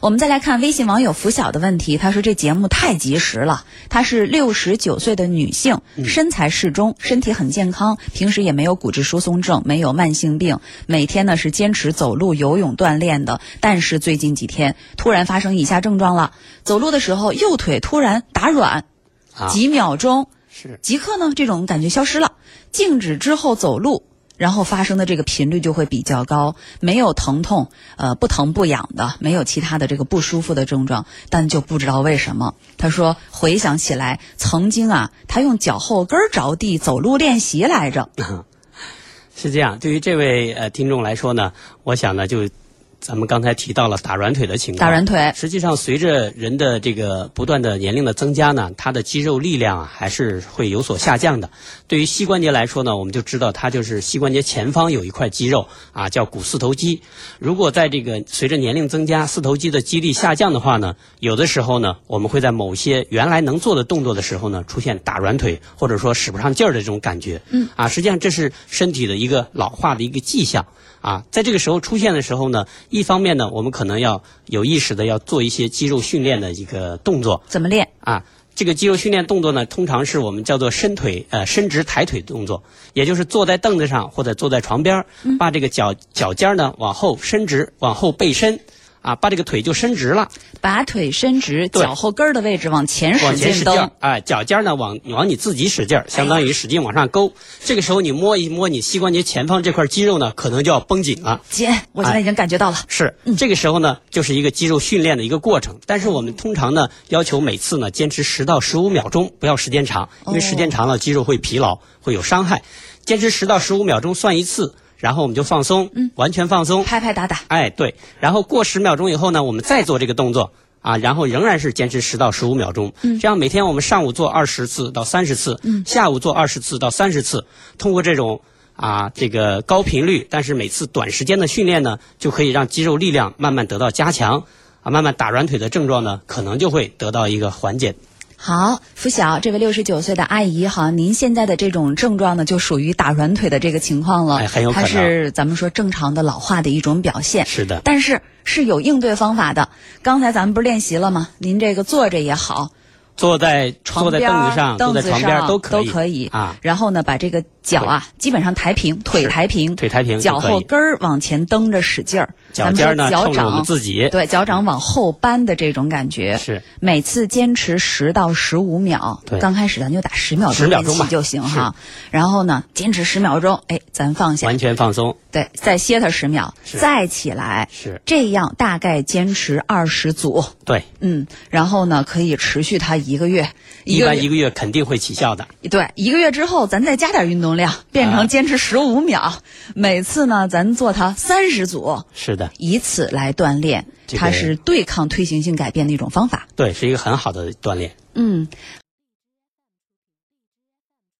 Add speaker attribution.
Speaker 1: 我们再来看微信网友拂晓的问题，他说这节目太及时了。她是六十九岁的女性，身材适中，身体很健康，平时也没有骨质疏松症，没有慢性病，每天呢是坚持走路、游泳锻炼的。但是最近几天突然发生以下症状了：走路的时候右腿突然打软，
Speaker 2: 啊，
Speaker 1: 几秒钟
Speaker 2: 是
Speaker 1: 即刻呢，这种感觉消失了。静止之后走路，然后发生的这个频率就会比较高，没有疼痛，呃，不疼不痒的，没有其他的这个不舒服的症状，但就不知道为什么。他说，回想起来，曾经啊，他用脚后跟儿着地走路练习来着。
Speaker 2: 是这样。对于这位呃听众来说呢，我想呢就。咱们刚才提到了打软腿的情况，
Speaker 1: 打软腿
Speaker 2: 实际上随着人的这个不断的年龄的增加呢，他的肌肉力量啊还是会有所下降的。对于膝关节来说呢，我们就知道它就是膝关节前方有一块肌肉啊，叫股四头肌。如果在这个随着年龄增加，四头肌的肌力下降的话呢，有的时候呢，我们会在某些原来能做的动作的时候呢，出现打软腿或者说使不上劲儿的这种感觉。嗯，啊，实际上这是身体的一个老化的一个迹象。啊，在这个时候出现的时候呢，一方面呢，我们可能要有意识的要做一些肌肉训练的一个动作
Speaker 1: 怎么练？
Speaker 2: 啊。这个肌肉训练动作呢，通常是我们叫做伸腿呃伸直抬腿动作，也就是坐在凳子上或者坐在床边儿，把这个脚脚尖儿呢往后伸直，往后背伸，啊，把这个腿就伸直了。
Speaker 1: 把腿伸直，
Speaker 2: 对
Speaker 1: 脚后跟儿的位置往前使
Speaker 2: 往前
Speaker 1: 劲
Speaker 2: 使劲
Speaker 1: 蹬
Speaker 2: 儿，，哎，脚尖儿呢往往你自己使劲儿，相当于使劲往上勾。这个时候你摸一摸你膝关节前方这块肌肉呢，可能就要绷紧了。
Speaker 1: 姐，我现在已经感觉到了。
Speaker 2: 是，这个时候呢，就是一个肌肉训练的一个过程。但是我们通常呢，要求每次呢坚持十到十五秒钟，不要时间长，因为时
Speaker 1: 哦
Speaker 2: 间长了肌肉会疲劳，会有伤害。坚持十到十五秒钟算一次，然后我们就放松，
Speaker 1: 嗯
Speaker 2: 完全放松。
Speaker 1: 拍拍打打，
Speaker 2: 哎，对，然后过十秒钟以后呢，我们再做这个动作啊，然后仍然是坚持十到十五秒钟。嗯，这样每天我们上午做二十次到三十次，嗯，下午做二十次到三十次，通过这种啊这个高频率，但是每次短时间的训练呢，就可以让肌肉力量慢慢得到加强。啊，慢慢打软腿的症状呢，可能就会得到一个缓解。
Speaker 1: 好，拂晓，这位六十九岁的阿姨，哈，您现在的这种症状呢，就属于打软腿的这个情况了，
Speaker 2: 哎很有可能
Speaker 1: 它是咱们说正常的老化的一种表现。
Speaker 2: 是的
Speaker 1: 但是是有应对方法的。刚才咱们不是练习了吗？您这个坐着也好，
Speaker 2: 坐在
Speaker 1: 床
Speaker 2: 坐在
Speaker 1: 边
Speaker 2: 凳
Speaker 1: 儿
Speaker 2: 子上，坐
Speaker 1: 凳
Speaker 2: 在
Speaker 1: 子
Speaker 2: 床边儿
Speaker 1: 上
Speaker 2: 都
Speaker 1: 可
Speaker 2: 可
Speaker 1: 以
Speaker 2: 以，啊。
Speaker 1: 然后呢，把这个脚啊，基本上抬平，腿
Speaker 2: 是
Speaker 1: 抬平，
Speaker 2: 腿抬平就
Speaker 1: 脚
Speaker 2: 可以
Speaker 1: 后跟儿往前蹬着使劲儿，
Speaker 2: 脚
Speaker 1: 咱们
Speaker 2: 尖
Speaker 1: 说
Speaker 2: 儿呢，
Speaker 1: 脚
Speaker 2: 冲着我们
Speaker 1: 掌
Speaker 2: 自己，
Speaker 1: 对，脚掌往后扳的这种感觉
Speaker 2: 是
Speaker 1: 每次坚持十到十五秒，
Speaker 2: 对
Speaker 1: 刚开始咱就打十秒
Speaker 2: 10
Speaker 1: 钟
Speaker 2: 秒
Speaker 1: 练
Speaker 2: 钟吧
Speaker 1: 习就行哈。然后呢，坚持十秒钟，哎，咱放下，
Speaker 2: 完全放松。
Speaker 1: 对，再歇它十秒，
Speaker 2: 是
Speaker 1: 再起来，
Speaker 2: 是
Speaker 1: 这样大概坚持二十组，
Speaker 2: 对，
Speaker 1: 嗯，然后呢，可以持续它一个月，
Speaker 2: 一
Speaker 1: 个
Speaker 2: 般一
Speaker 1: 月，
Speaker 2: 个月肯定会起效的。
Speaker 1: 对，一个月之后咱再加点运动量，变
Speaker 2: 啊
Speaker 1: 成坚持十五秒，每次呢咱做它三十组，
Speaker 2: 是的，
Speaker 1: 以此来锻炼，
Speaker 2: 这个
Speaker 1: 它是对抗推行性改变的一种方法。
Speaker 2: 对，是一个很好的锻炼。
Speaker 1: 嗯，